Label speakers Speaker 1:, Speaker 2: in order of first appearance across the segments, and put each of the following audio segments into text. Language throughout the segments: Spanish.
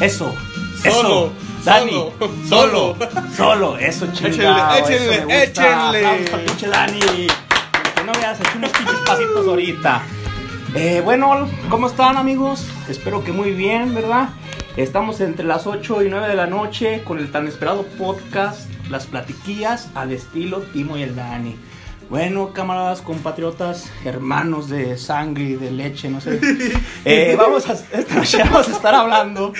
Speaker 1: Eso.
Speaker 2: Solo,
Speaker 1: eso. Dani.
Speaker 2: solo,
Speaker 1: Solo.
Speaker 2: solo.
Speaker 1: Solo. Eso chingado.
Speaker 2: Échenle,
Speaker 1: eso me gusta.
Speaker 2: échenle,
Speaker 1: Aplausos al
Speaker 2: échenle.
Speaker 1: pinche Dani. Que no veas hecho unos pinches pasitos ahorita. Eh, bueno, ¿cómo están amigos? Espero que muy bien, ¿verdad? Estamos entre las 8 y 9 de la noche con el tan esperado podcast Las Platiquillas al estilo Timo y el Dani. Bueno, camaradas, compatriotas, hermanos de sangre y de leche, no sé. Eh, vamos a, esta noche vamos a estar hablando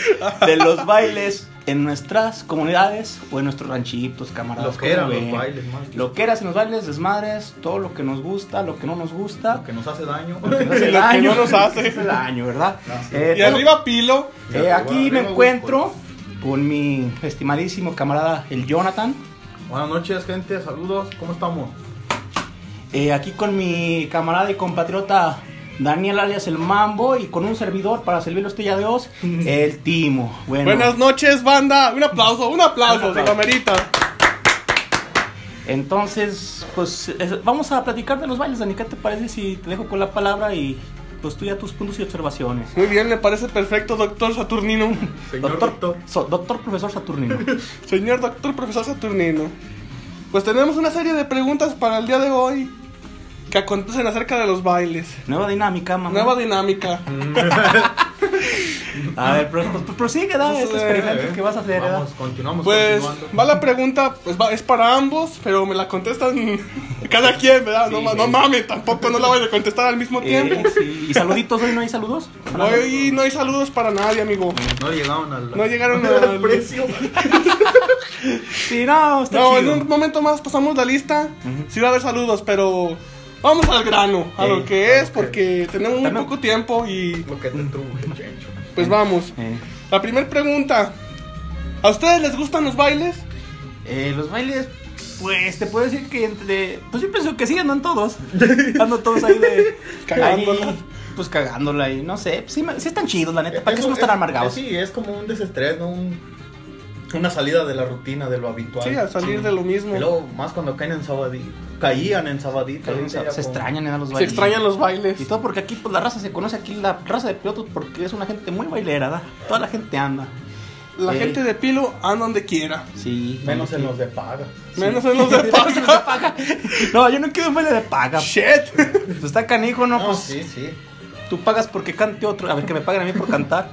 Speaker 1: de los bailes en nuestras comunidades o en nuestros ranchitos, camaradas.
Speaker 3: Lo que eran
Speaker 1: ¿cómo
Speaker 3: los
Speaker 1: ven?
Speaker 3: bailes, más.
Speaker 1: Lo que eran los bailes, desmadres, todo lo que nos gusta, lo que no nos gusta.
Speaker 3: Lo que nos hace daño.
Speaker 1: Nos hace
Speaker 2: Lo que
Speaker 1: daño,
Speaker 2: no nos hace.
Speaker 1: hace daño, ¿verdad?
Speaker 3: Ah, sí.
Speaker 1: Eh,
Speaker 2: Y
Speaker 1: tengo-
Speaker 2: arriba Pilo.
Speaker 1: eh, aquí me encuentro con mi estimadísimo camarada, el Jonathan.
Speaker 3: Buenas noches, gente. Saludos. ¿Cómo estamos?
Speaker 1: Eh, aquí con mi camarada y compatriota Daniel alias el Mambo y con un servidor para servirlo a usted ya de Dios, el Timo. Bueno,
Speaker 2: Buenas noches, banda. Un aplauso, un aplauso,
Speaker 1: Un
Speaker 2: se
Speaker 1: aplauso.
Speaker 2: lo merita.
Speaker 1: entonces, pues es- vamos a platicar de los bailes, Dani. ¿Qué te parece si te dejo con la palabra y pues tú ya tus puntos y observaciones?
Speaker 2: Muy bien, me parece perfecto, doctor Saturnino.
Speaker 3: Señor
Speaker 1: doctor,
Speaker 3: Doctor.
Speaker 1: so- doctor profesor Saturnino.
Speaker 2: Señor doctor profesor Saturnino. Pues tenemos una serie de preguntas para el día de hoy que acontecen acerca de los bailes.
Speaker 1: Nueva dinámica, mamá.
Speaker 2: Nueva dinámica.
Speaker 1: a ver, pero, pues, prosigue, dale, este
Speaker 2: Pues, eh,
Speaker 1: experimento que vas a hacer. ¿eh?
Speaker 3: Vamos,
Speaker 1: ¿verdad?
Speaker 3: continuamos.
Speaker 2: Pues
Speaker 3: continuando.
Speaker 2: va la pregunta, pues va- es para ambos, pero me la contestan cada quien, ¿verdad? no,
Speaker 1: Sí,
Speaker 2: ma-
Speaker 1: sí.
Speaker 2: no mames, tampoco no la voy a contestar al mismo tiempo.
Speaker 1: Eh, sí. ¿Y saluditos hoy no hay saludos?
Speaker 2: Hoy no hay saludos para nadie, amigo.
Speaker 3: No llegaron al.
Speaker 2: No llegaron al-
Speaker 3: precio.
Speaker 1: Sí, no, está
Speaker 2: No, en
Speaker 1: chido.
Speaker 2: un momento más pasamos la lista.
Speaker 1: Ujú.
Speaker 2: Sí va a haber saludos, pero vamos al grano, a
Speaker 1: Eh,
Speaker 2: lo que es,
Speaker 3: ok.
Speaker 2: porque tenemos muy
Speaker 1: También-
Speaker 2: poco tiempo y
Speaker 3: Lo que te truje, chencho.
Speaker 2: pues vamos.
Speaker 1: Eh.
Speaker 2: La primera pregunta. ¿A ustedes les gustan los bailes?
Speaker 1: Eh, los bailes, pues te puedo decir que entre. Pues yo pienso que sí, andan todos. Andan todos ahí de.
Speaker 2: Cagándola.
Speaker 1: ahí, pues cagándola y no sé. pues, Sí, me- sí están chidos, la neta. ¿Para qué
Speaker 3: Eso
Speaker 1: son tan
Speaker 3: es-
Speaker 1: amargados?
Speaker 3: Sí, es como un desestrés, ¿no? Un- Una salida de la rutina, de lo habitual.
Speaker 2: Sí, al salir de lo mismo.
Speaker 3: Y luego, más cuando caen en sabadito. Caían en sabadito.
Speaker 1: Pero se, se extrañan en los
Speaker 2: Se
Speaker 1: bailes.
Speaker 2: extrañan los bailes.
Speaker 1: Y todo porque aquí, pues la raza se conoce aquí, la raza de pilotos, porque es una gente muy bailera, ¿da? Toda la gente anda.
Speaker 2: La
Speaker 1: Eh.
Speaker 2: gente de Pilo anda donde quiera.
Speaker 1: Sí.
Speaker 3: Menos en los
Speaker 1: de.
Speaker 3: de paga.
Speaker 2: Menos en los de paga.
Speaker 1: paga. No, yo no quiero un baile de paga.
Speaker 2: Shit.
Speaker 1: Pues está canijo, ¿no?
Speaker 3: No,
Speaker 1: pues
Speaker 3: sí, sí.
Speaker 1: tú pagas porque cante otro. A ver, que me paguen a mí por cantar.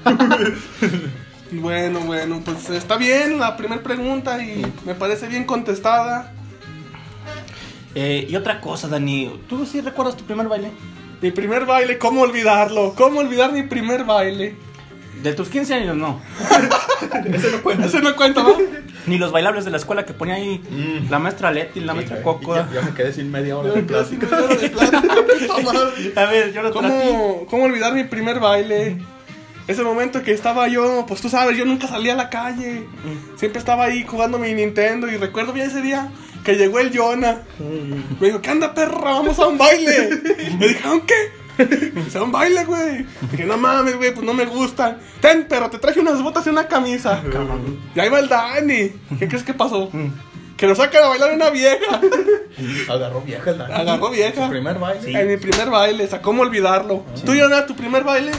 Speaker 2: Bueno, bueno, pues está bien la primera pregunta y me parece bien contestada.
Speaker 1: Eh, y otra cosa, Dani, ¿tú sí recuerdas tu primer baile?
Speaker 2: Mi primer baile, ¿cómo olvidarlo? ¿Cómo olvidar mi primer baile?
Speaker 1: De tus 15 años, no.
Speaker 2: Ese no cuenta, ¿no?
Speaker 1: Ni los bailables de la escuela que ponía ahí
Speaker 3: Mm.
Speaker 1: la maestra Leti, la
Speaker 3: Sí,
Speaker 1: maestra
Speaker 3: güey.
Speaker 1: Coco.
Speaker 3: Ya, ya me quedé sin media hora de plática.
Speaker 1: A ver, yo lo traté.
Speaker 2: ¿Cómo, ¿Cómo olvidar mi primer baile? Ese momento que estaba yo, pues tú sabes, yo nunca salía a la calle. Siempre estaba ahí jugando mi Nintendo y recuerdo bien ese día que llegó el Jonah. Me dijo, ¿qué anda perra? Vamos a un baile. Me dijeron, ¿qué? Dice, a un baile, güey. Dije, no mames, güey, pues no me gustan. Ten, pero te traje unas botas y una camisa. Y ahí va el Dani. ¿Qué crees que pasó? Que nos sacan a bailar una vieja.
Speaker 3: Agarró vieja la
Speaker 2: Agarró vieja.
Speaker 3: Su primer baile.
Speaker 2: En mi primer baile, o sea, ¿cómo olvidarlo? ¿Tú, Jonah, tu primer baile?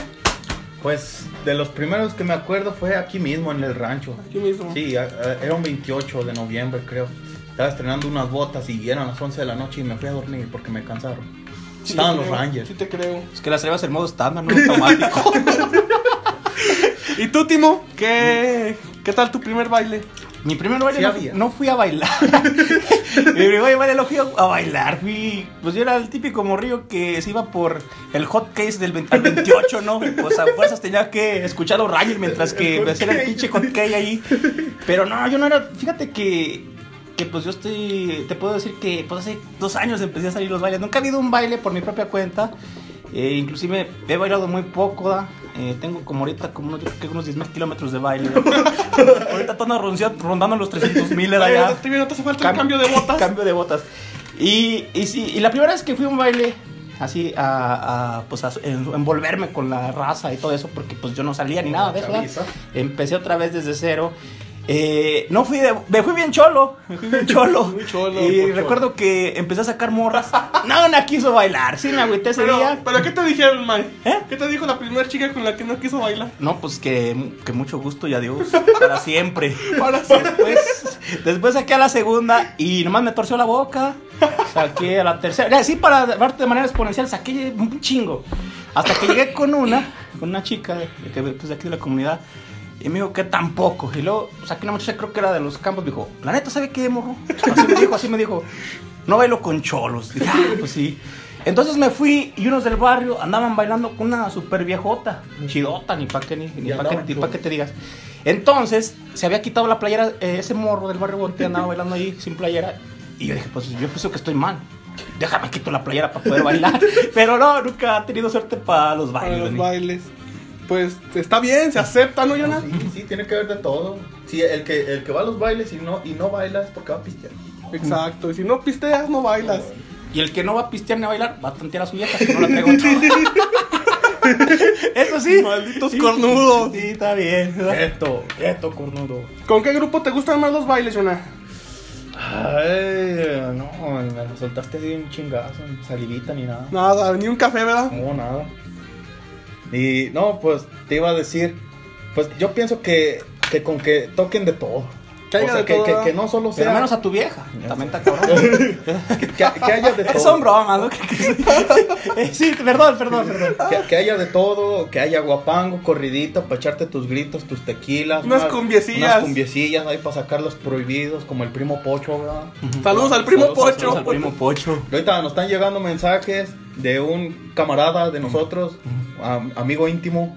Speaker 3: Pues de los primeros que me acuerdo fue aquí mismo en el rancho.
Speaker 2: Aquí mismo.
Speaker 3: Sí, a- a- era un 28 de noviembre, creo. Estaba estrenando unas botas y eran las 11 de la noche y me fui a dormir porque me cansaron.
Speaker 2: Sí
Speaker 3: Estaban
Speaker 2: te
Speaker 3: los
Speaker 2: creo,
Speaker 3: Rangers.
Speaker 2: Sí te creo.
Speaker 1: Es que las llevas en modo estándar, no automático.
Speaker 2: ¿Y tú, Timo? ¿Qué, ¿Qué tal tu primer baile?
Speaker 1: Mi primer baile
Speaker 3: Sí
Speaker 1: no,
Speaker 3: había.
Speaker 1: no fui a bailar. Mi primer baile lo fui a, a bailar. Fui, pues yo era el típico morrillo que se iba por el hot case del 20 al 28, ¿no? O sea, fuerzas tenía que escuchar a los rayos mientras que
Speaker 3: El
Speaker 1: me hacían el
Speaker 3: hot
Speaker 1: pinche hot case ahí. Pero no, yo no era. Fíjate que. Que pues yo estoy. Te puedo decir que pues hace dos años empecé a salir los bailes. Nunca ha habido un baile por mi propia cuenta. Eh, inclusive he bailado muy poco. ¿da? Eh, tengo como ahorita como unos, yo creo que unos 10 mil kilómetros de baile. ahorita están arroncia- rondando los 300 mil
Speaker 2: Ay,
Speaker 1: allá.
Speaker 2: no te- no te hace falta un cambio de botas.
Speaker 1: Cambio de botas. Y, y sí, y la primera vez que fui a un baile, así, a, a, pues a en- envolverme con la raza y todo eso, porque pues yo no salía ni nada de eso. ¿verdad?
Speaker 3: Camisa.
Speaker 1: Empecé otra vez desde cero. Eh, no fui de- me fui bien cholo, me fui bien cholo.
Speaker 2: Muy cholo, muy
Speaker 1: Y
Speaker 2: cholo.
Speaker 1: recuerdo que empecé a sacar morras. No, no quiso bailar, sí me agüité ese día.
Speaker 2: Pero, pero ¿qué te dijeron, Mae?
Speaker 1: ¿Eh?
Speaker 2: ¿Qué te dijo la primera chica con la que no quiso bailar?
Speaker 1: No, pues que, que mucho gusto y adiós, para siempre.
Speaker 2: Ahora sí.
Speaker 1: Después, después saqué a la segunda y nomás me torció la boca. Saqué a la tercera. Así para darte de manera exponencial, saqué un chingo. Hasta que llegué con una, con una chica de, que, pues, de aquí de la comunidad. Y me dijo que tampoco. Y luego saqué una muchacha, creo que era de los campos. Me dijo, la neta, ¿sabe qué, morro? Así me dijo, así me dijo. No bailo con cholos. Dije, ah, pues sí. Entonces me fui y unos del barrio andaban bailando con una super viejota, chidota, ni pa' qué, ni, ni
Speaker 3: Y
Speaker 1: pa' qué,
Speaker 3: andaban
Speaker 1: ni pa'
Speaker 3: chulos.
Speaker 1: qué te digas. Entonces, se había quitado la playera, eh, ese morro del barrio Bonte andaba bailando ahí sin playera. Y yo dije, pues yo pienso que estoy mal. Déjame quito la playera para poder bailar. Pero no, nunca ha tenido suerte para los
Speaker 2: Para
Speaker 1: bailes.
Speaker 2: los
Speaker 1: Dani.
Speaker 2: bailes. Pues está bien, se acepta, ¿no, Jonah?
Speaker 3: Sí, sí, tiene que ver de todo. Sí, el que, el que va a los bailes y no, y no baila es porque va a pistear.
Speaker 2: Exacto. Y si no pisteas, no bailas.
Speaker 1: Y el que no va a pistear ni a bailar, va a tantear a su vieja que no la traigo toda. Eso sí.
Speaker 2: Malditos cornudos.
Speaker 1: Sí, está bien.
Speaker 3: Quieto, quieto, cornudo.
Speaker 2: ¿Con qué grupo te gustan más los bailes, Jonah?
Speaker 3: Ay, no, me la soltaste así un chingazo, ni salivita ni nada.
Speaker 2: Nada, ni un café, ¿verdad?
Speaker 3: No, nada. Y no, pues te iba a decir, pues yo pienso que, que con que toquen de todo.
Speaker 2: Que haya de
Speaker 3: que,
Speaker 2: todo,
Speaker 3: que-
Speaker 2: ¿verdad?
Speaker 3: que no solo
Speaker 1: Pero
Speaker 3: sea.
Speaker 1: menos a tu vieja.
Speaker 3: Ya
Speaker 1: También
Speaker 3: sé.
Speaker 1: está cabrón.
Speaker 3: que, que haya de todo.
Speaker 1: Son bromas, ¿no? Eh, Sí, perdón, perdón, perdón.
Speaker 3: Que, que haya de todo, que haya guapango, corridita, para echarte tus gritos, tus tequilas.
Speaker 2: Unas cumbiecillas.
Speaker 3: Unas cumbiecillas ahí para sacar los prohibidos, como el primo Pocho, ¿verdad?
Speaker 2: Saludos al primo
Speaker 3: Saludos al-
Speaker 2: Pocho.
Speaker 1: Saludos al primo Pocho.
Speaker 3: Ahorita nos están llegando mensajes de un camarada de nosotros, am- amigo íntimo.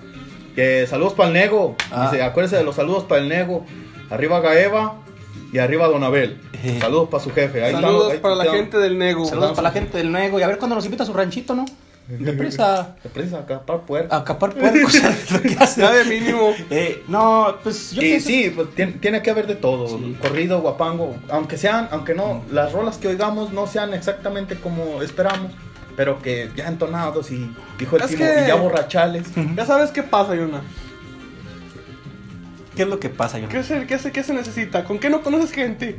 Speaker 3: Que saludos para el Nego.
Speaker 1: Ah.
Speaker 3: Dice, acuérdense de los saludos para el Nego. Arriba Gaeva y arriba Don Abel.
Speaker 1: Eh.
Speaker 3: Saludos para su jefe. Ahí
Speaker 2: Saludos
Speaker 3: estamos, ahí
Speaker 2: para la
Speaker 3: estamos.
Speaker 2: gente del Nego.
Speaker 1: Saludos para la gente del Nuevo y a ver cuándo nos invita a su ranchito, ¿no? Deprisa
Speaker 3: De prisa, acá, para puerta.
Speaker 1: a acapar puercos. lo que hace.
Speaker 2: Ya de mínimo.
Speaker 1: Eh, no, pues yo
Speaker 3: Y
Speaker 1: pienso-
Speaker 3: sí, pues tiene, tiene que haber de todo,
Speaker 1: Sí. Mm.
Speaker 3: corrido, guapango, aunque sean, aunque no, las rolas que oigamos no sean exactamente como esperamos, pero que ya entonados y dijo el
Speaker 2: Es
Speaker 3: timo,
Speaker 2: que-
Speaker 3: y ya borrachales.
Speaker 2: Ya sabes qué pasa, Jonah.
Speaker 1: ¿Qué es lo que pasa, yo?
Speaker 2: ¿Qué se, qué, se, ¿Qué se necesita? ¿Con qué no conoces gente?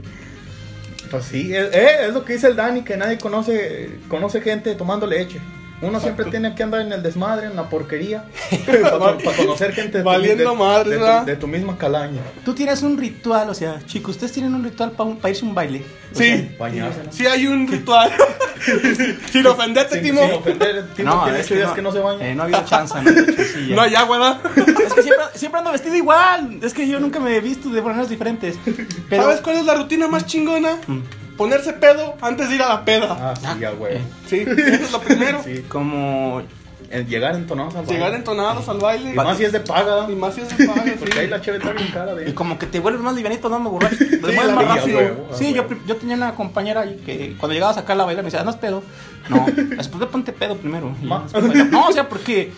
Speaker 3: Pues sí, es, eh, es lo que dice el Dani, que nadie conoce, conoce gente tomando leche. Uno siempre tiene que andar en el desmadre, en la porquería, para conocer gente de tu-
Speaker 2: Valiendo
Speaker 3: de-
Speaker 2: madres,
Speaker 3: de tu-
Speaker 2: ¿verdad?
Speaker 3: de tu misma calaña.
Speaker 1: Tú tienes un ritual, o sea, chicos, ustedes tienen un ritual para irse a un baile. O
Speaker 2: Sí.
Speaker 1: sea,
Speaker 3: Bañarse. ¿no?
Speaker 2: Sí hay un ritual. Sin ofenderte,
Speaker 3: Sin,
Speaker 2: Este Timo.
Speaker 3: sin ofender, Timo,
Speaker 1: no,
Speaker 3: tienes
Speaker 1: es que
Speaker 3: ideas
Speaker 1: no,
Speaker 3: que no se bañan.
Speaker 1: eh, no ha habido chance, no ha habido chancilla.
Speaker 2: No hay agua, ¿verdad?
Speaker 1: Es que siempre, siempre ando vestido igual. Es que yo nunca me he visto de maneras diferentes. Pero, Mm.
Speaker 2: ¿Sabes cuál es la rutina más chingona? Ponerse pedo antes de ir a la peda.
Speaker 3: Mm. Ah, sí, ya, güey.
Speaker 1: eh.
Speaker 2: Sí, eso es lo primero.
Speaker 3: Sí.
Speaker 1: Como
Speaker 3: El llegar entonados al baño.
Speaker 2: Llegar entonados al baile.
Speaker 3: Y más si es de paga,
Speaker 2: Y más si es de paga,
Speaker 3: porque ahí la
Speaker 2: sí.
Speaker 3: cheve está bien cara de
Speaker 1: Y como que te vuelves más livianito andando borracho. Te mueves
Speaker 2: la
Speaker 1: más
Speaker 2: neta,
Speaker 1: rápido.
Speaker 2: a
Speaker 3: huevo, a
Speaker 1: sí, yo,
Speaker 3: huevo.
Speaker 1: yo tenía una compañera ahí que cuando llegaba a sacar la baila me decía, ¿andas pedo? No, después de ponte pedo primero. Y ya
Speaker 3: Ma-
Speaker 1: después baila. No, o sea, porque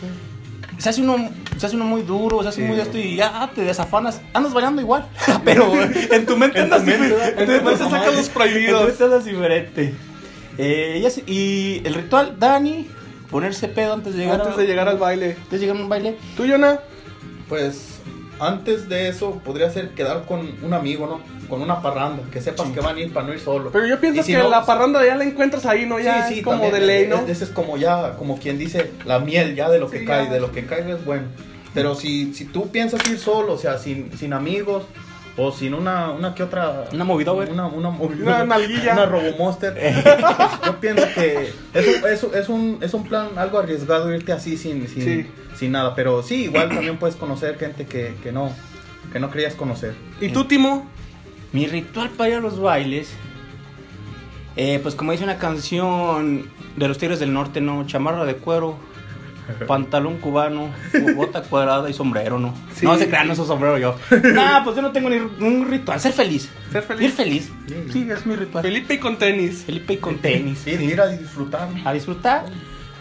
Speaker 1: se hace uno, se hace uno muy duro, se hace
Speaker 3: Sí.
Speaker 1: muy de esto y ya te desafanas. Andas bailando igual, pero en tu mente
Speaker 3: En tu
Speaker 1: andas
Speaker 3: mente,
Speaker 1: diferente.
Speaker 3: ¿verdad?
Speaker 1: En tu mente
Speaker 2: Entonces
Speaker 1: andas
Speaker 2: sacan los prohibidos.
Speaker 1: en tu mente andas diferente. Eh, y así- y el ritual, Dani, ponerse pedo antes de llegar,
Speaker 2: Antes
Speaker 1: a-
Speaker 2: de llegar al baile.
Speaker 1: antes de llegar a un baile.
Speaker 2: ¿Tú, Jonah?
Speaker 3: Pues antes de eso podría ser quedar con un amigo, ¿no? Con una parranda, que sepas que van a ir para no ir solo.
Speaker 2: Pero yo pienso
Speaker 3: Y si
Speaker 2: que
Speaker 3: no, pues,
Speaker 2: la parranda ya la encuentras ahí, ¿no? Ya es como
Speaker 3: también,
Speaker 2: de ley, ¿no?
Speaker 3: es- Ese es como ya, como quien dice, la miel ya de lo que
Speaker 2: Sí,
Speaker 3: cae,
Speaker 2: ya.
Speaker 3: de lo que cae es bueno. Pero si, si tú piensas ir solo, o sea, sin, sin amigos, o sin una, una que otra...
Speaker 1: Una movida, güey. Eh.
Speaker 3: Una, una, movida,
Speaker 2: Una nalguilla.
Speaker 3: Una robomonster. yo pienso que es, un- es, un- es un, es un plan algo arriesgado irte así sin, sin,
Speaker 2: Sí.
Speaker 3: sin nada. Pero sí, igual también puedes conocer gente que, que no, que no creías conocer.
Speaker 2: ¿Y tú, Timo?
Speaker 1: Mi ritual para ir a los bailes, eh, pues como dice una canción de los Tigres del Norte, ¿no? Chamarra de cuero, pantalón cubano, bota cuadrada y sombrero, ¿no?
Speaker 2: Sí.
Speaker 1: No se crean esos sombreros yo. Nah, pues yo no tengo ni un ritual, ser feliz.
Speaker 2: Ser feliz.
Speaker 1: Ir feliz.
Speaker 3: Sí.
Speaker 1: Sí, es mi ritual.
Speaker 2: Felipe y con tenis.
Speaker 1: Felipe y con tenis.
Speaker 3: Sí, ir a disfrutar.
Speaker 1: A disfrutar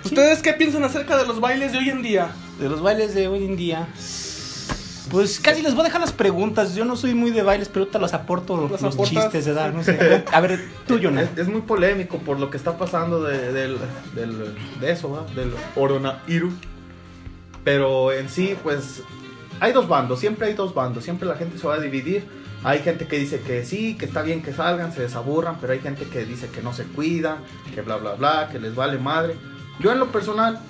Speaker 2: ¿Ustedes qué piensan acerca de los bailes de hoy en día?
Speaker 1: de los bailes de hoy en día. Pues casi les voy a dejar las preguntas. Yo no soy muy de bailes, pero te las aporto los,
Speaker 2: aportas.
Speaker 1: chistes, ¿verdad? No sé. A ver, tú, Jonathan.
Speaker 3: Es, es muy polémico por lo que está pasando de, del- del- de eso, ¿va? del coronavirus. Pero en sí, pues hay dos bandos, siempre hay dos bandos, siempre la gente se va a dividir. Hay gente que dice que sí, que está bien que salgan, se desaburran, pero hay gente que dice que no se cuidan, que bla, bla, bla, que les vale madre. Yo en lo personal,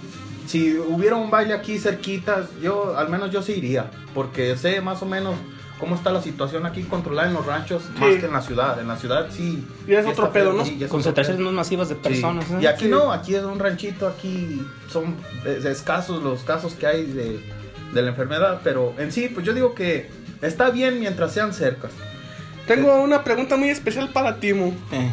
Speaker 3: si hubiera un baile aquí cerquitas, yo al menos yo sí iría, porque sé más o menos cómo está la situación aquí controlada en los ranchos, más
Speaker 2: Sí.
Speaker 3: que en la ciudad. En la ciudad sí.
Speaker 2: Y es
Speaker 3: sí
Speaker 2: otro
Speaker 3: está
Speaker 2: pedo,
Speaker 3: feo,
Speaker 2: ¿no?
Speaker 3: sí, ya es otro
Speaker 4: Concentraciones
Speaker 3: pedo.
Speaker 4: más masivas de
Speaker 3: Sí.
Speaker 4: personas. ¿eh?
Speaker 3: Y aquí
Speaker 2: Sí.
Speaker 3: no, aquí es un ranchito, aquí son eh, escasos los casos que hay de, de la enfermedad, pero en sí, pues yo digo que está bien mientras sean cercas.
Speaker 2: Tengo una pregunta muy especial para Timo.
Speaker 1: Eh,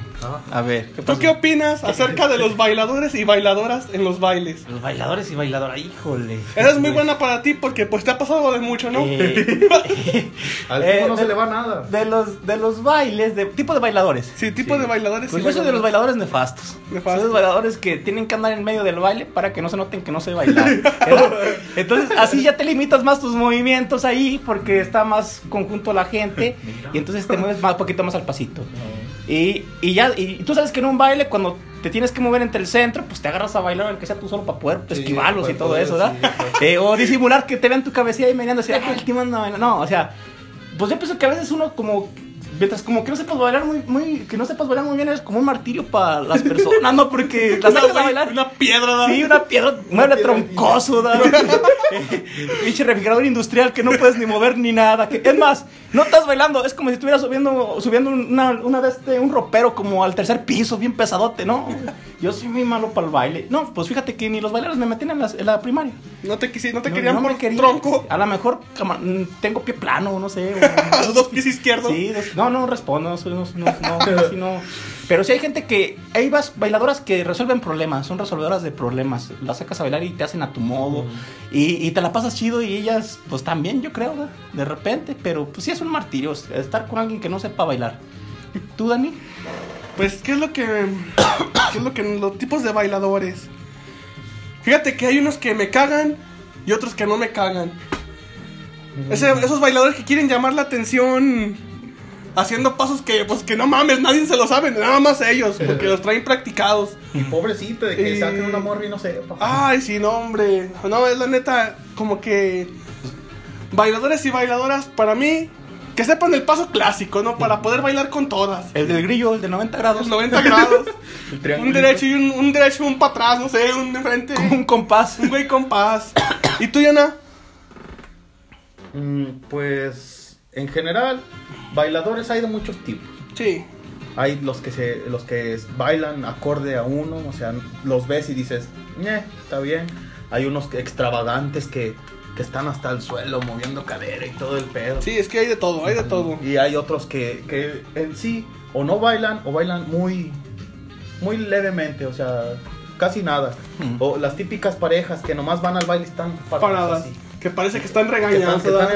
Speaker 1: a ver, ¿qué
Speaker 2: ¿Tú
Speaker 1: pasa?
Speaker 2: qué opinas acerca de los bailadores y bailadoras en los bailes?
Speaker 1: Los bailadores y bailadora, híjole.
Speaker 2: Esa es muy buena para ti porque pues te ha pasado de mucho, ¿no?
Speaker 1: Eh,
Speaker 3: Al
Speaker 1: Eh,
Speaker 3: tipo no se
Speaker 1: de-
Speaker 3: le va nada.
Speaker 1: de los de los bailes, de tipo de bailadores.
Speaker 2: Sí, tipo de bailadores.
Speaker 1: Pues
Speaker 2: y
Speaker 1: yo soy de los bailadores
Speaker 2: bailadoras.
Speaker 1: nefastos.
Speaker 2: Nefastos.
Speaker 1: Soy de los bailadores que tienen que andar en medio del baile para que no se noten que no sé bailar. ¿verdad? Entonces, así ya te limitas más tus movimientos ahí porque está más conjunto la gente y entonces te mueves más poquito más al pasito. Y, y ya y tú sabes que en un baile cuando te tienes que mover entre el centro, pues te agarras a bailar aunque sea tú solo para poder
Speaker 3: Sí,
Speaker 1: esquivarlos y
Speaker 3: para
Speaker 1: todo
Speaker 3: poder,
Speaker 1: eso, ¿verdad?
Speaker 3: sí, exacto.
Speaker 1: Eh, o disimular que te vean tu cabecilla y meneando así, "Ah, el Timo anda bailando". No, o sea, pues yo pienso que a veces uno como mientras como que no sepas bailar muy muy que no sepas bailar muy bien es como un martirio para las personas, no porque las sacas a bailar.
Speaker 2: Una piedra, ¿no?
Speaker 1: Sí, una piedra, mueble
Speaker 3: piedra
Speaker 1: troncoso, da. Eh, Pinche refrigerador industrial que no puedes ni mover ni nada. que- es más, no estás bailando, es como si estuvieras subiendo, subiendo una, una de este, un ropero como al tercer piso, bien pesadote, ¿no? Yo soy muy malo para el baile. No, pues fíjate que ni los bailadores me metían en, las- en la primaria.
Speaker 2: No te, quisi- no te
Speaker 1: No-
Speaker 2: querían
Speaker 1: no me
Speaker 2: por
Speaker 1: querían.
Speaker 2: tronco.
Speaker 1: A lo mejor cama- mm, tengo pie plano, no sé. o-
Speaker 2: A los dos pies izquierdos.
Speaker 1: Sí, dos- no, no respondo, no, soy- no, no, no, casi no. Pero sí hay gente que, hay vas- bailadoras que resuelven problemas, son resolvedoras de problemas. Las sacas a bailar y te hacen a tu
Speaker 2: Mm.
Speaker 1: modo. Y, y te la pasas chido y ellas, pues también, yo creo, ¿verdad? de repente. Pero pues sí es un martirio es- estar con alguien que no sepa bailar. ¿Tú, Dani?
Speaker 2: Pues, ¿qué es lo que. ¿Qué es lo que. Los tipos de bailadores? Fíjate que hay unos que me cagan y otros que no me cagan. Ese- esos bailadores que quieren llamar la atención haciendo pasos que, pues, que no mames, nadie se lo sabe, nada más ellos, porque los traen practicados.
Speaker 3: pues, Y pobrecito de que
Speaker 2: Y- Ah,
Speaker 3: saquen una morra y no sepa.
Speaker 2: Ay, sí, no, hombre. No, es la neta, como que. Bailadores y bailadoras, para mí, que sepan el paso clásico, ¿no? Para poder bailar con todas.
Speaker 1: El del grillo, el de 90 grados.
Speaker 2: Los 90 grados.
Speaker 3: El
Speaker 2: Un
Speaker 3: triangulito.
Speaker 2: derecho y un, un derecho, un para atrás, no sé, un de frente.
Speaker 1: Un compás.
Speaker 2: Un güey con paz. ¿Y tú, Yana?
Speaker 3: Mm, pues en general, bailadores hay de muchos tipos.
Speaker 2: Sí.
Speaker 3: Hay los que se, los que bailan acorde a uno, o sea, los ves y dices, "Ñe, está bien. Hay unos que- extravagantes que, que están hasta el suelo moviendo cadera y todo el pedo.
Speaker 2: Sí, es que hay de todo, hay de todo.
Speaker 3: Y hay otros que, que en sí o no bailan o bailan muy, muy levemente, o sea, casi nada. O las típicas parejas que nomás van al baile y están paradas
Speaker 2: Paradas.
Speaker 3: así.
Speaker 2: Que parece que están
Speaker 3: Que están,
Speaker 2: regañadas.
Speaker 3: que están
Speaker 2: ¿verdad?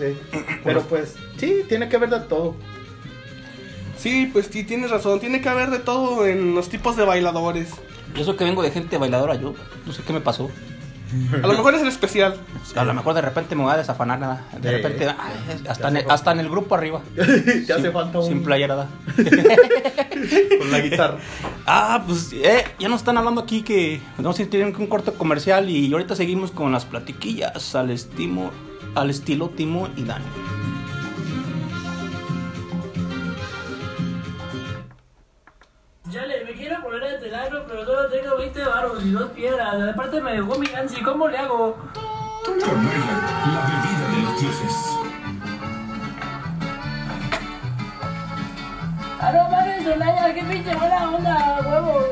Speaker 3: eh. Pero pues, sí, tiene que ver de todo.
Speaker 2: Sí, pues sí, tienes razón. Tiene que haber de todo en los tipos de bailadores.
Speaker 1: Yo soy que vengo de gente bailadora, yo no sé qué me pasó.
Speaker 2: A lo mejor es el especial.
Speaker 1: A lo mejor de repente me voy a desafanar, nada. De
Speaker 3: Eh,
Speaker 1: repente,
Speaker 3: eh,
Speaker 1: ay, hasta, en, el- hasta en el grupo arriba.
Speaker 3: Te hace
Speaker 1: Sin-
Speaker 3: falta un.
Speaker 1: Sin playera, da.
Speaker 3: Con la guitarra.
Speaker 1: Ah, pues eh, ya nos están hablando aquí que no sé, tienen un corte comercial y ahorita seguimos con las platiquillas al estimo, al estilo Timo y Dani.
Speaker 5: Chale, me quiero poner a telarlo, pero solo tengo 20 varos y dos piedras. Aparte me dejó mi Nancy, ¿cómo le hago?
Speaker 6: Cornella, la bebida de los dioses.
Speaker 5: Ah, no mames, Tornaya, qué pinche buena onda, huevo.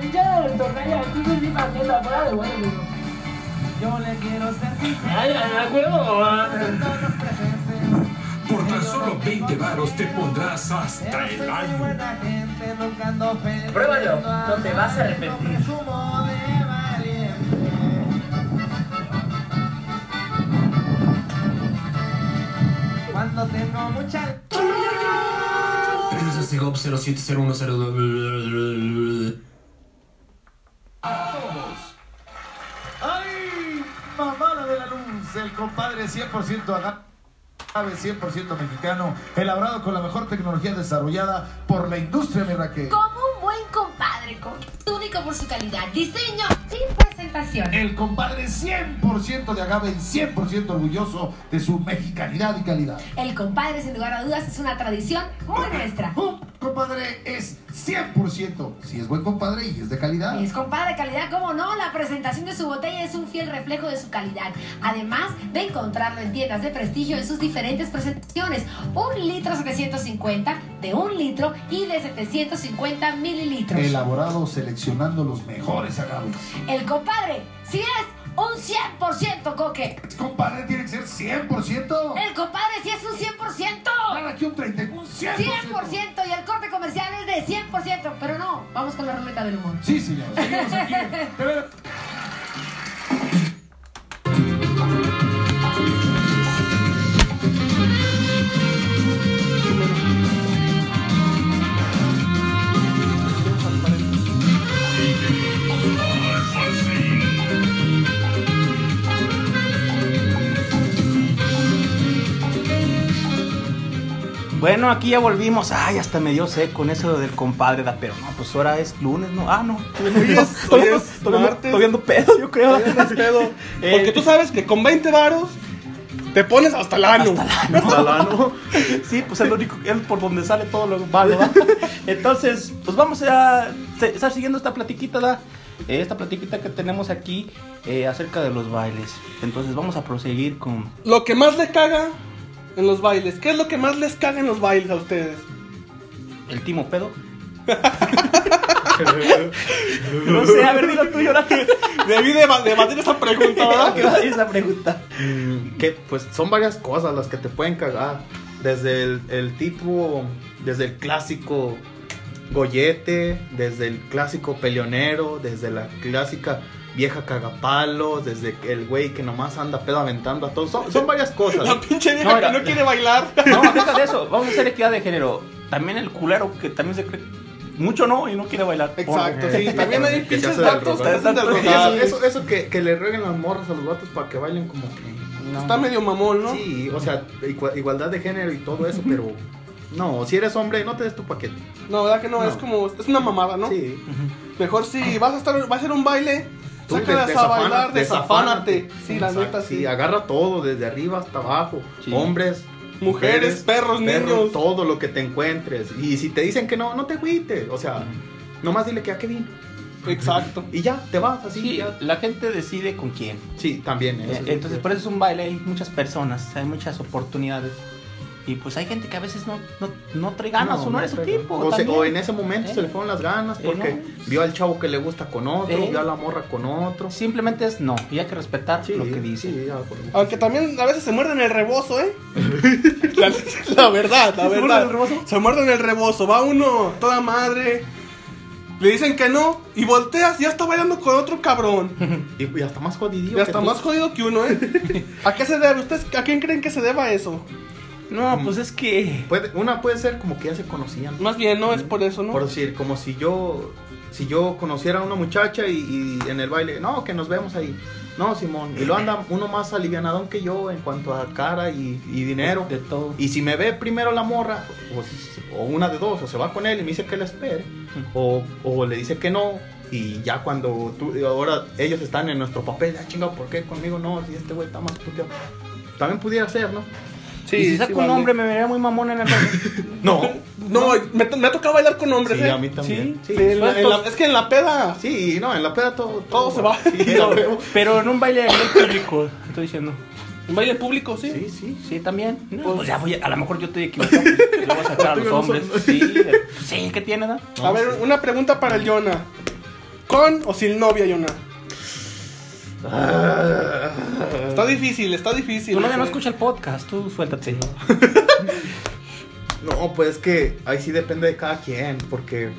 Speaker 5: Pinche Tornaya, tú eres mi paqueta, fuera de huevo. Yo le quiero ser Ay, ay, a huevo.
Speaker 6: Por tan solo 20 varos te pondrás hasta el año.
Speaker 5: Pruébalo, no te vas a arrepentir.
Speaker 7: Cuando tengo mucha
Speaker 6: Prensa Sigop 070102.
Speaker 7: ¡Ay! Mamada de la luz, el compadre 100% agave, 100% mexicano, elaborado con la mejor tecnología desarrollada por la industria, mira que...
Speaker 8: Como un buen compadre, con- único por su calidad, diseño sin presentación.
Speaker 7: El compadre 100% de agave y 100% orgulloso de su mexicanidad y calidad.
Speaker 8: El compadre, sin lugar a dudas, es una tradición muy nuestra.
Speaker 7: Un compadre es 100%, si es buen compadre y es de calidad.
Speaker 8: Es compadre de calidad, ¿cómo no? La presentación de su botella es un fiel reflejo de su calidad. Además de encontrarlo en tiendas de prestigio en sus diferentes presentaciones. Un litro 750, de un litro y de 750 mililitros. El,
Speaker 7: Elaborado seleccionando los mejores agaves.
Speaker 8: compadre, si es un 100% coque.
Speaker 7: Es compadre tiene que ser 100%.
Speaker 8: El compadre, si es un 100%.
Speaker 7: Nada que un 30, un 100%.
Speaker 8: 100% y el corte comercial es de 100%, pero no, vamos con la ruleta del humor.
Speaker 7: Sí, señor. Seguimos aquí. De ver-
Speaker 1: Bueno, aquí ya volvimos. Ay, hasta me dio sed con eso del compadre, da, pero no, pues ahora es lunes, ¿no? Ah, no.
Speaker 2: Hoy es- hoy
Speaker 1: Todavía
Speaker 2: es
Speaker 1: ando- todavía ando-
Speaker 2: martes.
Speaker 1: todavía ando pedo, yo creo.
Speaker 2: Todavía andas pedo.
Speaker 1: Eh,
Speaker 2: Porque tú sabes que con 20 varos te pones hasta el ano.
Speaker 3: Talano.
Speaker 1: Sí, pues es lo único, es por donde sale todo lo malo, ¿va? Entonces, pues vamos a se- estar siguiendo esta platiquita, ¿da? Eh, Esta platiquita que tenemos aquí eh, acerca de los bailes. Entonces vamos a proseguir con...
Speaker 2: Lo que más le caga en los bailes. ¿Qué es lo que más les caga en los bailes a ustedes?
Speaker 1: El timo pedo. No sé, a ver, dilo tú, lloraste.
Speaker 2: Debí de ba- debatir esa pregunta, ¿verdad?
Speaker 1: Esa pregunta.
Speaker 3: que pues son varias cosas las que te pueden cagar. Desde el, el tipo, desde el clásico gollete, desde el clásico peleonero, desde la clásica vieja cagapalos, desde el güey que nomás anda pedo aventando a todos. Son, son varias cosas.
Speaker 2: La pinche vieja
Speaker 1: No,
Speaker 2: que
Speaker 1: la-
Speaker 2: no quiere bailar.
Speaker 1: No, deja de eso. Vamos a hacer equidad de género. También el culero que también se cree mucho no y no quiere bailar.
Speaker 2: Exacto, sí.
Speaker 3: Que
Speaker 2: También hay
Speaker 3: te
Speaker 2: pinches
Speaker 3: hace del
Speaker 2: datos que
Speaker 3: rogar.
Speaker 2: hacen de
Speaker 3: Y Eso,
Speaker 2: rogar.
Speaker 3: eso, eso que, que le rueguen las morras a los vatos para que bailen como que. no.
Speaker 2: Está medio mamón, ¿no?
Speaker 3: Sí, o sea, igua- igualdad de género y todo eso, pero. No, si eres hombre, no te des tu paquete.
Speaker 2: No, ¿verdad que no? Es
Speaker 3: No.
Speaker 2: como. Es una mamada, ¿no?
Speaker 3: Sí.
Speaker 2: Mejor si vas a estar. Va a ser un baile.
Speaker 3: Tú
Speaker 2: Sácalas
Speaker 3: des-
Speaker 2: a
Speaker 3: desafana-
Speaker 2: bailar, desafánate.
Speaker 3: desafánate.
Speaker 2: Sí, la
Speaker 3: Exacto,
Speaker 2: neta, sí.
Speaker 3: sí, agarra todo, desde arriba hasta abajo.
Speaker 1: Sí.
Speaker 3: Hombres,
Speaker 2: Mujeres, perros, niños.
Speaker 3: Todo lo que te encuentres. Y si te dicen que no, no te agüites. O sea, nomás dile que a qué vino.
Speaker 2: Exacto.
Speaker 3: Y ya, te vas así.
Speaker 1: Sí,
Speaker 3: ya.
Speaker 1: la gente decide con quién.
Speaker 3: sí también. eso
Speaker 1: Eh,
Speaker 3: es
Speaker 1: Entonces,
Speaker 3: lo
Speaker 1: por eso es un baile, hay muchas personas, hay muchas oportunidades. Y pues hay gente que a veces no, no, no trae ganas o no eres su
Speaker 3: pero-
Speaker 1: tipo.
Speaker 3: O, se-
Speaker 1: también.
Speaker 3: o en ese momento
Speaker 1: Eh.
Speaker 3: se le fueron las ganas
Speaker 1: Eh,
Speaker 3: porque
Speaker 1: no.
Speaker 3: vio al chavo que le gusta con otro,
Speaker 1: Eh.
Speaker 3: vio a la morra con otro.
Speaker 1: Simplemente es no, y hay que respetar lo que dice.
Speaker 3: sí, ya, por-
Speaker 2: Aunque también a veces se muerden el rebozo, ¿eh? la, la verdad, la
Speaker 1: muerden
Speaker 2: verdad.
Speaker 1: el rebozo?
Speaker 2: Se muerden el rebozo. Va uno, toda madre. Le dicen que no. Y volteas, ya está bailando con otro cabrón.
Speaker 3: Y, y hasta más jodidillo.
Speaker 2: Ya
Speaker 3: que
Speaker 2: está
Speaker 3: tú.
Speaker 2: más jodido que uno, ¿eh? ¿A qué se debe? ¿Ustedes a quién creen que se deba eso?
Speaker 1: No, pues es que.
Speaker 3: Puede- una puede ser como que ya se conocían.
Speaker 2: Más bien, no es por eso, ¿no?
Speaker 3: Por decir, como si yo si yo conociera a una muchacha y, y en el baile, no, que nos vemos ahí. No, Simón. Y lo anda uno más alivianadón que yo en cuanto a cara y, y dinero.
Speaker 1: De todo.
Speaker 3: Y si me ve primero la morra, pues, o una de dos, o se va con él y me dice que le espere, o, o le dice que no. Y ya cuando tú, ahora ellos están en nuestro papel, ah, chinga, ¿por qué conmigo no? Si este güey está más puteado. También pudiera ser, ¿no?
Speaker 2: Sí,
Speaker 1: y si saco
Speaker 2: sí,
Speaker 1: un
Speaker 2: vale.
Speaker 1: hombre, me vería muy mamón en el baile.
Speaker 3: No.
Speaker 2: No, me, me ha tocado bailar con hombres,
Speaker 3: Sí,
Speaker 2: ¿eh?
Speaker 3: a mí también.
Speaker 2: Sí,
Speaker 3: Sí,
Speaker 2: en la- en la- es que en la peda.
Speaker 3: Sí, no, en la peda todo,
Speaker 2: Todo se va.
Speaker 3: Sí, a huevo.
Speaker 1: Pero en un baile muy público, estoy diciendo.
Speaker 2: En baile público, sí.
Speaker 3: Sí, sí.
Speaker 1: Sí, también. No,
Speaker 2: Pues-
Speaker 1: pues ya voy a, a lo mejor yo estoy equivocado. Yo voy a sacar a los hombres. Sí, de- sí, ¿qué tiene, da?
Speaker 2: A ver, una pregunta para el Jonah. ¿Con o sin novia, Jonah? Está difícil, está difícil.
Speaker 1: Tu novia
Speaker 2: sé.
Speaker 1: no escucha el podcast, tú suéltate.
Speaker 3: No, pues es que ahí sí depende de cada quien, porque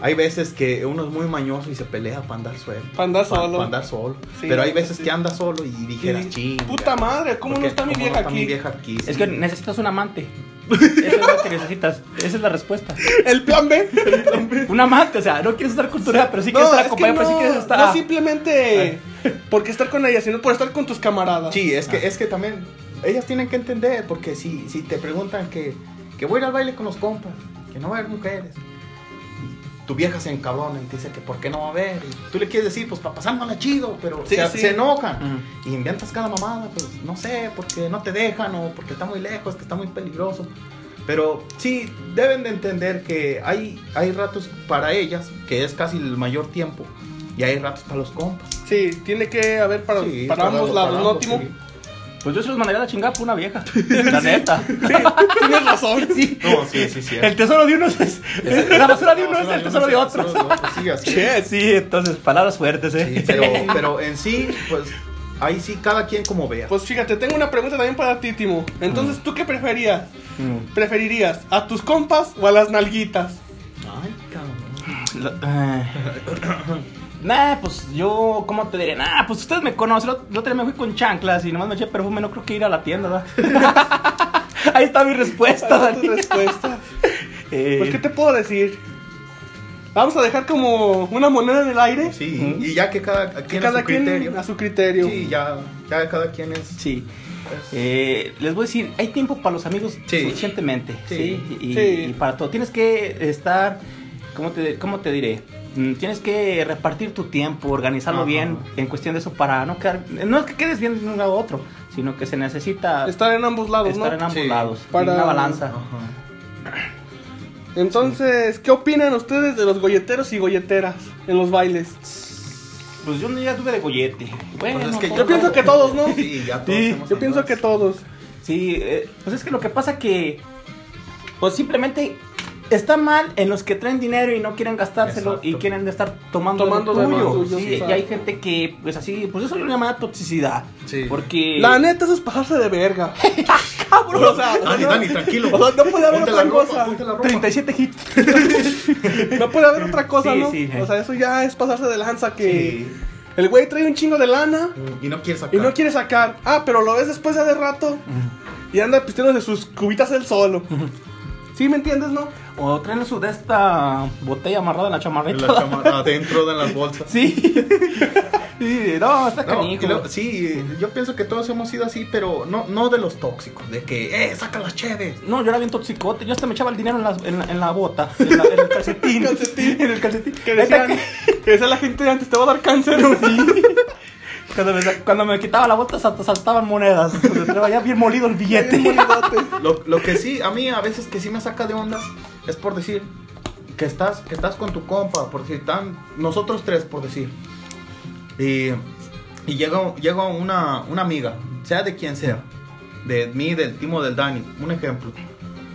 Speaker 3: hay veces que uno es muy mañoso y se pelea para andar suelto.
Speaker 2: Pa' andar
Speaker 3: Pa-
Speaker 2: solo.
Speaker 3: pa' andar solo.
Speaker 2: Sí,
Speaker 3: Pero hay
Speaker 2: sí,
Speaker 3: veces
Speaker 2: sí.
Speaker 3: que anda solo y dijeras,
Speaker 2: Sí.
Speaker 3: "Chinga,
Speaker 2: Puta madre, ¿cómo
Speaker 3: ¿por
Speaker 2: no
Speaker 3: qué-
Speaker 2: está mi
Speaker 3: cómo
Speaker 2: vieja
Speaker 3: no está
Speaker 2: aquí?
Speaker 3: mi vieja aquí?
Speaker 1: Es
Speaker 3: Sí.
Speaker 1: que necesitas un amante. Eso es lo que necesitas. Esa es la respuesta.
Speaker 2: El plan B.
Speaker 1: Un amante, o sea, no quieres estar con tu novia, pero sí
Speaker 2: no,
Speaker 1: quieres estar
Speaker 2: es que
Speaker 1: acompañado,
Speaker 2: no,
Speaker 1: pero sí quieres estar. Ah.
Speaker 2: no simplemente porque estar con ella, sino por estar con tus camaradas.
Speaker 3: Sí, es que, es que también ellas tienen que entender, porque si, si te preguntan que, que voy a ir al baile con los compas, que no va a haber mujeres, tu vieja se encabrona y te dice que por qué no va a ver. Y tú le quieres decir, pues para pasármela chido, pero
Speaker 2: Sí,
Speaker 3: se,
Speaker 2: sí.
Speaker 3: se enojan. Y inventas cada mamada, pues no sé, porque no te dejan o porque está muy lejos, que está muy peligroso. Pero sí, deben de entender que hay, hay ratos para ellas, que es casi el mayor tiempo, y hay ratos para los compas.
Speaker 2: Sí, tiene que haber para,
Speaker 3: Sí,
Speaker 2: para ambos lados,
Speaker 3: para
Speaker 2: ¿no,
Speaker 3: ambos,
Speaker 2: Timo?
Speaker 3: sí.
Speaker 1: Pues yo se los mandaría a la chingada por una vieja. La neta.
Speaker 2: Tienes razón.
Speaker 3: No, sí, sí, sí.
Speaker 1: El tesoro de uno es, es- La basura de uno es el tesoro de otro.
Speaker 3: Sí, así es.
Speaker 1: Sí, sí, entonces, palabras fuertes, ¿eh?
Speaker 3: Sí, pero, pero en sí, pues ahí sí cada quien como vea.
Speaker 2: Pues fíjate, tengo una pregunta también para ti, Timo. Entonces, ¿tú qué preferías?
Speaker 1: Mm,
Speaker 2: ¿Preferirías a tus compas o a las nalguitas?
Speaker 3: Ay, cabrón.
Speaker 1: Lo- ah. Nah, pues yo, ¿cómo te diré? Nah, pues ustedes me conocen. El otro día me fui con chanclas y nomás me eché perfume. No creo que ir a la tienda, ¿verdad? Ahí está mi respuesta,
Speaker 2: Para tu
Speaker 1: Dani.
Speaker 2: respuesta.
Speaker 1: Eh,
Speaker 2: Pues, ¿qué te puedo decir? Vamos a dejar como una moneda en el aire.
Speaker 3: Sí, y ya que cada
Speaker 2: Que
Speaker 3: quien
Speaker 2: cada
Speaker 3: a su
Speaker 2: quien
Speaker 3: criterio.
Speaker 2: a su criterio.
Speaker 3: Sí, ya, ya cada quien es.
Speaker 1: Sí. Eh, les voy a decir, hay tiempo para los amigos
Speaker 3: Sí.
Speaker 1: suficientemente.
Speaker 3: Sí.
Speaker 1: Sí. Y,
Speaker 2: Sí.
Speaker 1: y para todo. Tienes que estar, ¿cómo te, cómo te diré? Mm, Tienes que repartir tu tiempo, organizarlo
Speaker 3: Ajá.
Speaker 1: bien en cuestión de eso para no quedar. No es que quedes bien de un lado a otro, sino que se necesita
Speaker 2: Estar en ambos lados,
Speaker 1: estar
Speaker 2: ¿no?
Speaker 1: en ambos
Speaker 3: Sí.
Speaker 1: lados.
Speaker 2: Para-
Speaker 1: Una balanza.
Speaker 3: Ajá.
Speaker 2: Entonces, ¿qué opinan ustedes de los golleteros y golleteras en los bailes?
Speaker 1: Pues yo un día tuve de gollete. Bueno,
Speaker 3: Pues es que
Speaker 1: todo-
Speaker 2: Yo pienso que todos, ¿no?
Speaker 3: Sí, ya todos
Speaker 2: Sí,
Speaker 3: hemos
Speaker 2: yo pienso
Speaker 3: andado
Speaker 2: que
Speaker 3: así.
Speaker 2: todos.
Speaker 1: Sí, eh, pues es que lo que pasa que pues simplemente está mal en los que traen dinero y no quieren gastárselo
Speaker 3: Exacto.
Speaker 1: y quieren estar tomando,
Speaker 2: Tomando
Speaker 1: lo
Speaker 2: de lo
Speaker 1: tuyo.
Speaker 2: tuyo,
Speaker 1: Sí,
Speaker 2: sí,
Speaker 1: y hay
Speaker 2: exacto.
Speaker 1: gente que pues así, pues eso yo le llamaría toxicidad.
Speaker 3: Sí.
Speaker 1: Porque
Speaker 2: La neta, eso es pasarse de verga. ¡Cabrón! O sea,
Speaker 3: Dani,
Speaker 2: no-
Speaker 3: Dani, tranquilo.
Speaker 2: o sea, no puede haber
Speaker 3: Ponte
Speaker 2: otra
Speaker 3: la ropa,
Speaker 2: cosa.
Speaker 3: ponte la ropa.
Speaker 1: 37 hits.
Speaker 2: No puede haber otra cosa,
Speaker 1: Sí,
Speaker 2: ¿no?
Speaker 1: sí, eh.
Speaker 2: o sea, eso ya es pasarse de lanza que
Speaker 3: Sí.
Speaker 2: el güey trae un chingo de lana
Speaker 3: Mm, Y no quieres sacar.
Speaker 2: y no quiere sacar. Ah, pero lo ves después de hace rato y anda pisteando de sus cubitas él solo. ¿Sí me entiendes, no?
Speaker 1: O traen su de esta botella amarrada en la
Speaker 3: En
Speaker 1: chamarrita.
Speaker 3: la chama- adentro de las bolsas.
Speaker 1: Sí. sí. No, está
Speaker 3: No,
Speaker 1: canijo.
Speaker 3: y luego- sí, yo pienso que todos hemos sido así, pero no, no de los tóxicos, de que, eh, saca las cheves.
Speaker 1: No, yo era bien toxicote. Yo hasta me echaba el dinero en la, en la, en la bota, en, la- en el calcetín.
Speaker 2: Calcetín.
Speaker 1: En el calcetín.
Speaker 2: Que
Speaker 1: Neta
Speaker 2: decían, que decía la gente de antes, te va a dar cáncer.
Speaker 1: Cuando me, sa- cuando me quitaba la bota sal- saltaban monedas. Entonces, traía ya bien molido el
Speaker 2: Bien
Speaker 1: billete.
Speaker 2: molidote.
Speaker 3: Lo, lo que sí, a mí a veces que sí me saca de ondas es por decir que estás, que estás con tu compa, por decir, tan, nosotros tres, por decir. Y, y llega, llega una, una amiga, sea de quien sea, de mí, del Timo, del Dani, un ejemplo.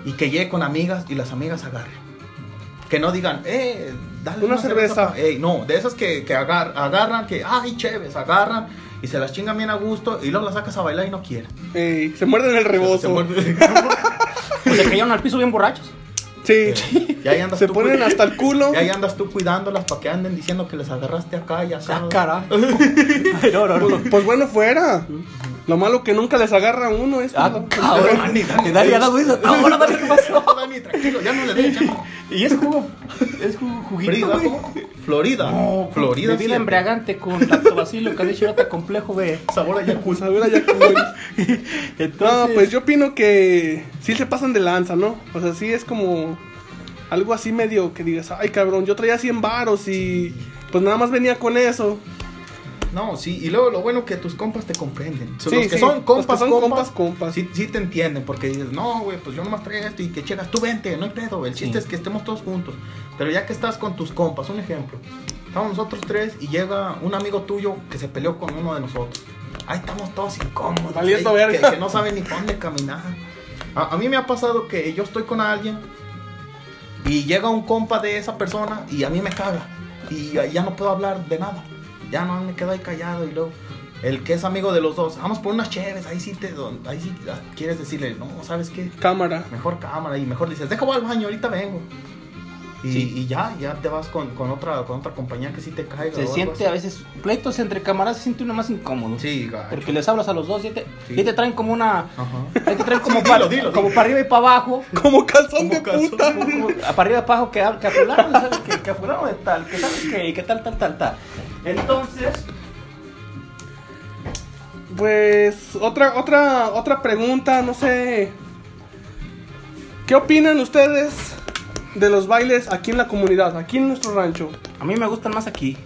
Speaker 3: Y que llegue con amigas y las amigas agarren. Que no digan, eh, dale
Speaker 2: Una cerveza.
Speaker 3: pa- Ey, no, de esas que, que agar- agarran, que, ay, chéves, agarran y se las chingan bien a gusto y luego las sacas a bailar y no quieren.
Speaker 2: Ey, se muerden el rebozo.
Speaker 3: Se muerde-
Speaker 1: Pues se cayeron al piso bien borrachos.
Speaker 2: Sí.
Speaker 3: Y ahí andas
Speaker 2: Se
Speaker 3: tú
Speaker 2: ponen
Speaker 3: cuida-
Speaker 2: hasta el culo.
Speaker 3: Y ahí andas tú cuidándolas para que anden diciendo que les agarraste acá y acá.
Speaker 1: Ah, caray. Ay, no, no, no.
Speaker 2: Pues, pues bueno, fuera. Lo malo que nunca les agarra a uno es.
Speaker 1: Ah,
Speaker 2: lo-
Speaker 1: cabrón.
Speaker 3: Dani, Dani,
Speaker 1: Dani, ya no, güey. Ahora, Dani, ¿qué pasó?
Speaker 3: No, Dani, tranquilo, ya no le des, ya no.
Speaker 1: Y es jugo. Es jugo, juguito.
Speaker 3: Florida,
Speaker 1: güey.
Speaker 3: ¿cómo? Florida.
Speaker 1: No,
Speaker 3: Florida.
Speaker 1: Bebida
Speaker 3: siempre.
Speaker 1: embriagante con lactobacilo, calichirota complejo, B.
Speaker 3: Sabor a Yakuza.
Speaker 2: Saber a Yakult. No,
Speaker 1: Entonces,
Speaker 2: pues yo opino que sí se pasan de lanza, ¿no? O sea, sí es como algo así medio que digas, ay cabrón, yo traía 100 varos y pues nada más venía con eso.
Speaker 3: No, sí, y luego lo bueno que tus compas te comprenden.
Speaker 2: Sí,
Speaker 3: los que
Speaker 2: sí,
Speaker 3: son compas,
Speaker 2: los que son compas,
Speaker 3: compas,
Speaker 2: compas.
Speaker 3: Sí, sí te entienden porque dices, no, güey, pues yo nomás traigo esto y que llegas, tú vente, no hay pedo. El chiste es que estemos todos juntos. Pero ya que estás con tus compas, un ejemplo. Estamos nosotros tres y llega un amigo tuyo que se peleó con uno de nosotros. Ahí estamos todos incómodos.
Speaker 2: Valiendo
Speaker 3: güey,
Speaker 2: verga.
Speaker 3: Que, que no saben ni por dónde caminar. A, a mí me ha pasado que yo estoy con alguien y llega un compa de esa persona y a mí me caga. Y ya, ya no puedo hablar de nada. Ya no me quedo ahí callado. Y luego, el que es amigo de los dos, vamos por unas chéves. Ahí sí te don- ahí sí ah, quieres decirle, no, ¿sabes qué?
Speaker 2: Cámara.
Speaker 3: Mejor cámara y mejor le dices, déjame al baño, ahorita vengo. Y, y ya, ya te vas con, con otra, con otra compañía que sí te caiga. o
Speaker 1: se
Speaker 3: algo
Speaker 1: siente
Speaker 3: así.
Speaker 1: a veces pleitos entre camaradas, se siente uno más incómodo.
Speaker 3: Sí, gacho.
Speaker 1: Porque les hablas a los dos y te,
Speaker 3: Sí.
Speaker 1: y te traen como una.
Speaker 3: Ajá.
Speaker 1: Ahí te traen como,
Speaker 3: Sí,
Speaker 1: para,
Speaker 3: dilo, dilo,
Speaker 1: como
Speaker 3: dilo.
Speaker 1: para arriba y para abajo.
Speaker 2: Como calzón de
Speaker 3: calzón.
Speaker 2: puta.
Speaker 1: Como- como para arriba y para abajo que, a- que a fulano, ¿sabes? Que, que a fulano de tal, que sabes que, y que tal, tal, tal, tal. Entonces,
Speaker 2: Pues otra otra otra pregunta, no sé. ¿Qué opinan ustedes de los bailes aquí en la comunidad, aquí en nuestro rancho?
Speaker 1: A mí me gustan más aquí.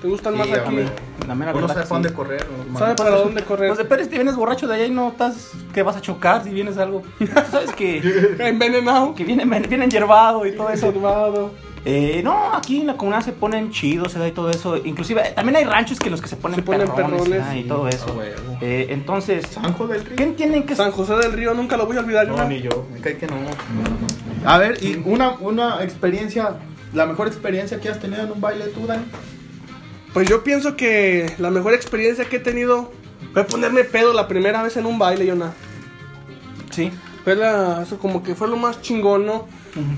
Speaker 2: ¿Te gustan más
Speaker 3: Sí,
Speaker 2: aquí?
Speaker 3: hombre.
Speaker 1: La mera
Speaker 3: Uno
Speaker 1: verdad. que
Speaker 3: Pues sabe para dónde
Speaker 1: sí.
Speaker 3: correr. ¿no?
Speaker 2: ¿Sabe para dónde correr?
Speaker 1: Pues depende si te vienes borracho de allá y no estás que vas a chocar si vienes algo. Tú sabes que,
Speaker 2: Envenenado.
Speaker 1: que viene, viene enyerbado y todo eso.
Speaker 2: Conservado.
Speaker 1: Eh, no, aquí en la comunidad se ponen chidos y todo eso. Inclusive eh, también hay ranchos que los que se ponen,
Speaker 2: Se ponen
Speaker 1: perrones,
Speaker 2: perrones,
Speaker 1: ah, y
Speaker 2: sí,
Speaker 1: todo
Speaker 3: a
Speaker 1: eso.
Speaker 3: huevo.
Speaker 1: Eh, entonces,
Speaker 3: Anjo del Río.
Speaker 1: ¿qué tienen que
Speaker 2: San José del Río, nunca lo voy a olvidar. yo
Speaker 3: No, ni yo. Me cae que no. A ver, y una, una experiencia, la mejor experiencia que has tenido en un baile tú, Dani.
Speaker 2: Pues yo pienso que la mejor experiencia que he tenido fue ponerme pedo la primera vez en un baile, Yona.
Speaker 1: Sí.
Speaker 2: Fue la- eso como que fue lo más chingón, ¿no?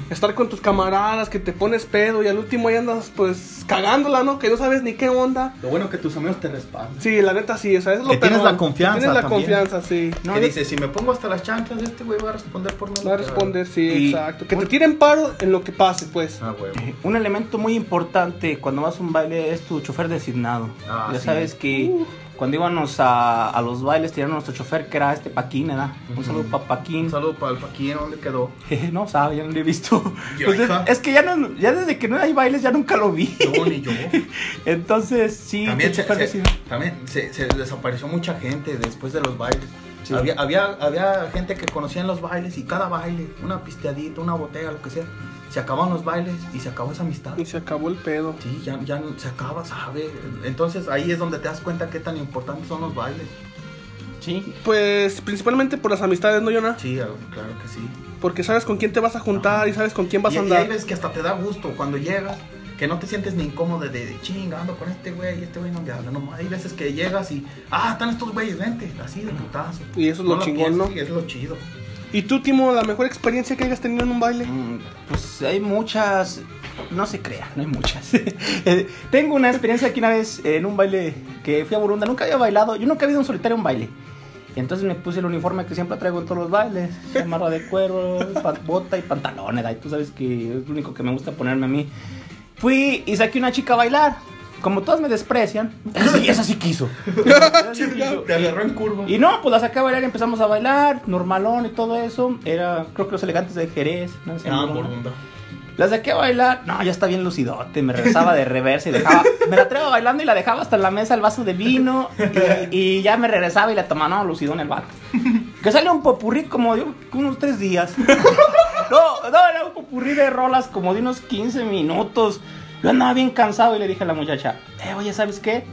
Speaker 2: Estar con tus camaradas, que te pones pedo y al último ahí andas pues cagándola, ¿no? Que no sabes ni qué onda.
Speaker 3: Lo bueno que tus amigos te respaldan.
Speaker 2: Sí, la neta sí, o sea, eso es lo
Speaker 3: Que tienes
Speaker 2: perrón.
Speaker 3: la confianza
Speaker 2: Tienes la
Speaker 3: también.
Speaker 2: confianza, sí.
Speaker 3: No, que dices, si me pongo hasta las chanclas, este güey va a responder por mí.
Speaker 2: Va a responder, sí,
Speaker 1: Y-
Speaker 2: exacto. Que te tiren paro en lo que pase, pues.
Speaker 3: Ah, huevo.
Speaker 1: Eh, Un elemento muy importante cuando vas a un baile es tu chofer designado.
Speaker 3: Ah,
Speaker 1: ya
Speaker 3: sí.
Speaker 1: sabes que cuando íbamos a, a los bailes tiraron nuestro chofer que era este Paquín, ¿verdad? Un saludo para Paquín.
Speaker 3: Un saludo para el Paquín, ¿dónde quedó?
Speaker 1: no sabe, ya no lo he visto.
Speaker 3: Yo,
Speaker 1: Entonces,
Speaker 3: hija.
Speaker 1: es que ya, no, ya desde que no hay bailes ya nunca lo vi.
Speaker 3: Yo, ni yo.
Speaker 1: Entonces, sí, pues,
Speaker 3: También,
Speaker 1: tu
Speaker 3: se,
Speaker 1: chofer
Speaker 3: se-
Speaker 1: designado.
Speaker 3: también se, se desapareció mucha gente después de los bailes. Había, había, había gente que conocía en los bailes y cada baile, una pisteadita, una botella, lo que sea, se acababan los bailes y se acabó esa amistad.
Speaker 2: Y se acabó el pedo.
Speaker 3: Sí, ya, ya se acaba, ¿sabe? Entonces ahí es donde te das cuenta qué tan importantes son los bailes.
Speaker 1: Sí.
Speaker 2: Pues principalmente por las amistades, ¿no, Yona?
Speaker 3: Sí, ah, claro que sí.
Speaker 2: Porque sabes con quién te vas a juntar y sabes con quién vas
Speaker 3: Y,
Speaker 2: a
Speaker 3: y hay
Speaker 2: andar.
Speaker 3: veces que hasta te da gusto cuando llegas, que no te sientes ni incómodo de, de chingando con este güey y este güey no me habla. No, hay veces que llegas y, ah, están estos güeyes, vente, así de putazo.
Speaker 2: Y eso es lo
Speaker 3: la
Speaker 2: chingón,
Speaker 3: piensas,
Speaker 2: ¿no?
Speaker 3: sí, es lo chido.
Speaker 2: ¿Y tú, Timo, la mejor experiencia que hayas tenido en un baile?
Speaker 1: Mm, Pues hay muchas. No se crea, no hay muchas. Eh, Tengo una experiencia aquí una vez eh, en un baile que fui a Burunda. Nunca había bailado, yo nunca había ido en solitario a un baile. Y entonces me puse el uniforme que siempre traigo en todos los bailes: chamarra de cuero, pa- bota y pantalones. Y tú sabes que es lo único que me gusta ponerme a mí. Fui y saqué una chica a bailar. Como todas me desprecian, esa, esa sí quiso. Esa sí quiso.
Speaker 3: Te agarró en curva.
Speaker 1: Y no, pues la saqué a bailar y empezamos a bailar, normalón y todo eso. Era, creo que los elegantes de Jerez. No sé,
Speaker 3: Ah,
Speaker 1: ¿no?
Speaker 3: burunda.
Speaker 1: La saqué a bailar. No, ya está bien lucidote. Me regresaba de reversa y dejaba. Me la traía bailando y la dejaba hasta en la mesa el vaso de vino. Y, y ya me regresaba y la tomaba. No, lucidón el vato. Que sale un popurrí como de un- unos tres días. No, no, era un popurrí de rolas como de unos 15 minutos. Yo andaba bien cansado y le dije a la muchacha: eh, Oye, ¿sabes qué?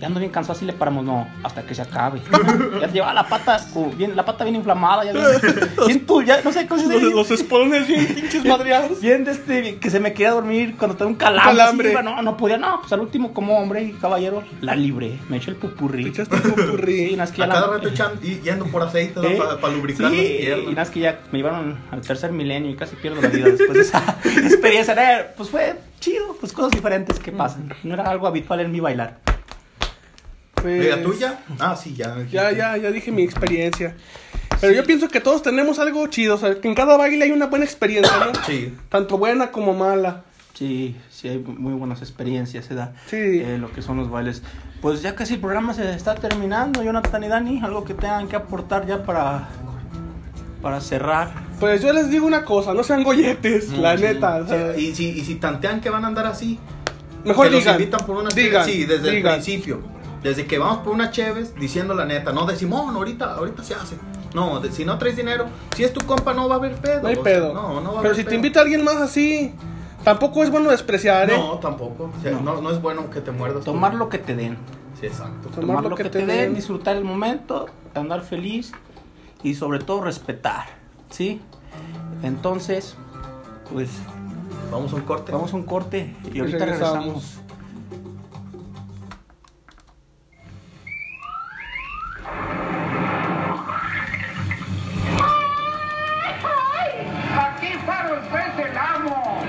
Speaker 1: Ya ando bien cansado, así le paramos, no, hasta que se acabe. Ya te llevaba la pata, uh, bien, la pata bien inflamada, ya bien, bien tú, ya, no sé cómo se
Speaker 2: Los,
Speaker 1: dice.
Speaker 2: los espolones bien pinches madreados.
Speaker 1: Bien, de este, que se me quería dormir cuando tenía un calambre.
Speaker 2: Calambre.
Speaker 1: sí, iba, no, no podía, no, pues al último como hombre y caballero la libré, me eché el pupurrí.
Speaker 2: Echaste un
Speaker 1: Sí,
Speaker 2: popurrí.
Speaker 1: nada más que
Speaker 3: A
Speaker 1: ya
Speaker 3: cada
Speaker 1: la-
Speaker 3: rato echan, y, yendo por aceite
Speaker 1: Eh,
Speaker 3: para lubricar
Speaker 1: sí,
Speaker 3: las
Speaker 1: y nada
Speaker 3: piernas.
Speaker 1: más que ya me llevaron al tercer milenio y casi pierdo la vida después de esa experiencia. Eh, Pues fue chido, pues cosas diferentes que pasan. No era algo habitual en mi bailar.
Speaker 2: Pues,
Speaker 3: ¿La tuya? Ah, sí, ya.
Speaker 2: Ya, ya, ya dije mi experiencia. Pero yo pienso que todos tenemos algo chido, o sea, que en cada baile hay una buena experiencia, ¿no?
Speaker 3: Sí.
Speaker 2: Tanto buena como mala.
Speaker 1: Sí, sí, hay muy buenas experiencias, se da.
Speaker 2: Sí.
Speaker 1: eh, lo que son los bailes. Pues ya casi el programa se está terminando, Jonathan y Dani. Algo que tengan que aportar ya para, para cerrar.
Speaker 2: Pues yo les digo una cosa, no sean golletes, la
Speaker 3: Sí,
Speaker 2: neta. o
Speaker 3: sí,
Speaker 2: sea,
Speaker 3: y, si, y si tantean que van a andar así,
Speaker 2: mejor
Speaker 3: que los
Speaker 2: digan.
Speaker 3: invitan por una
Speaker 2: digan,
Speaker 3: sí, desde
Speaker 2: digan.
Speaker 3: el principio. Desde que vamos por una Cheves, diciendo la neta, no decimos, "Oh, no, ahorita, ahorita se hace. No, de- si no traes dinero, si es tu compa no va a haber pedo.
Speaker 2: No hay
Speaker 3: o sea,
Speaker 2: pedo.
Speaker 3: no, no va
Speaker 2: Pero
Speaker 3: a haber
Speaker 2: si te
Speaker 3: pedo.
Speaker 2: invita alguien más así, tampoco es bueno despreciar, ¿eh?
Speaker 3: No, tampoco. O sea, no. No, es bueno que te muerdas.
Speaker 1: Tomar lo que te den.
Speaker 3: Sí, exacto.
Speaker 2: Tomar lo que te den.
Speaker 1: disfrutar el momento, andar feliz y sobre todo respetar. ¿Sí? Entonces, pues
Speaker 3: Vamos a un corte.
Speaker 1: vamos a un corte y
Speaker 2: Y
Speaker 1: ahorita
Speaker 2: regresamos.
Speaker 1: regresamos.
Speaker 5: Aquí para usted el amo.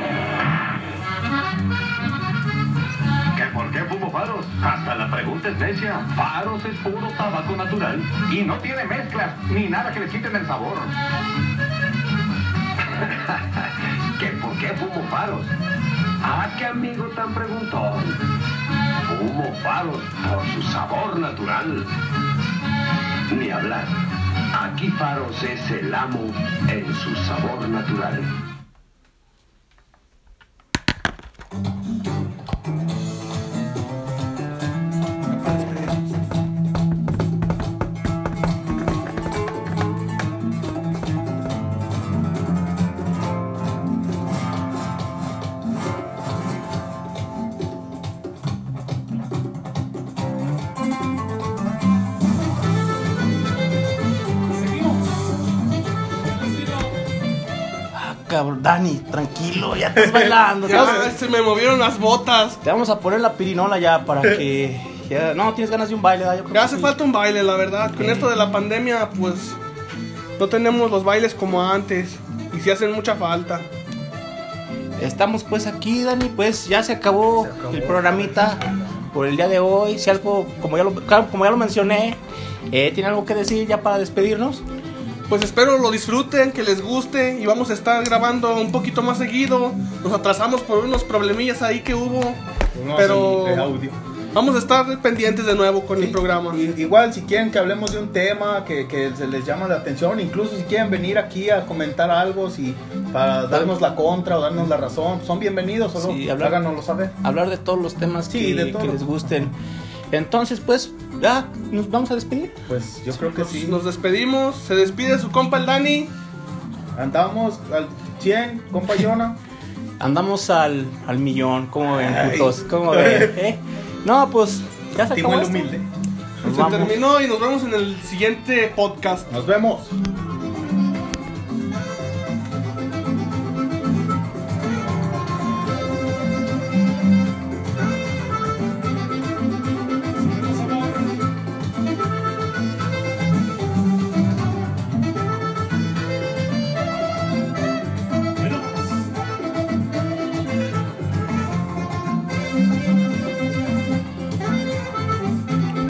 Speaker 9: ¿Que ¿Por qué fumo faros? Hasta la pregunta es necia. Faros es puro tabaco natural y no tiene mezclas ni nada que le quiten el sabor. ¿Que por qué fumo faros? Ah, qué amigo tan preguntón. Fumo faros por su sabor natural. Ni hablar. Aquí Faros es el amo en su sabor natural.
Speaker 1: cabrón. Dani, tranquilo, ya estás bailando. te, vas
Speaker 2: Ya,
Speaker 1: a-
Speaker 2: se me movieron las botas.
Speaker 1: te vamos a poner la pirinola ya para
Speaker 3: Eh.
Speaker 1: que. ya- no, tienes ganas de un baile, ¿verdad? Yo creo
Speaker 2: Ya
Speaker 1: que
Speaker 2: hace
Speaker 1: sí.
Speaker 2: falta un baile, la verdad. Con esto de la pandemia, pues no tenemos los bailes como antes. Y sí hacen mucha falta.
Speaker 1: Estamos pues aquí, Dani, pues ya se acabó, el programita por el día de hoy. Si algo, como ya lo, claro, como ya lo mencioné, eh, ¿tiene algo que decir ya para despedirnos?
Speaker 2: Pues espero lo disfruten, que les guste y vamos a estar grabando un poquito más seguido. Nos atrasamos por unos problemillas ahí que hubo,
Speaker 3: Unos
Speaker 2: pero
Speaker 3: de audio.
Speaker 2: vamos a estar pendientes de nuevo con el programa.
Speaker 3: I- Igual si quieren que hablemos de un tema que, que se les llama la atención, incluso si quieren venir aquí a comentar algo, si para darnos la contra o darnos la razón, son bienvenidos, solo
Speaker 1: Sí, hablar-
Speaker 3: háganoslo saber.
Speaker 1: Hablar de todos los temas
Speaker 3: Sí,
Speaker 1: que,
Speaker 3: de todo.
Speaker 1: que les gusten. Entonces, pues, ya nos vamos a despedir.
Speaker 3: Pues yo creo que
Speaker 2: Nos,
Speaker 3: sí.
Speaker 2: nos despedimos, se despide su compa el Dani.
Speaker 3: Andamos al 100, compa Yona.
Speaker 1: Andamos al, al millón, ¿cómo ven, putos? ¿Cómo ven? eh? No, pues, ya se acabó.
Speaker 3: Timo el
Speaker 1: esto.
Speaker 3: humilde.
Speaker 1: Nos
Speaker 2: Se
Speaker 1: vamos.
Speaker 2: terminó y nos vemos en el siguiente podcast.
Speaker 3: Nos vemos.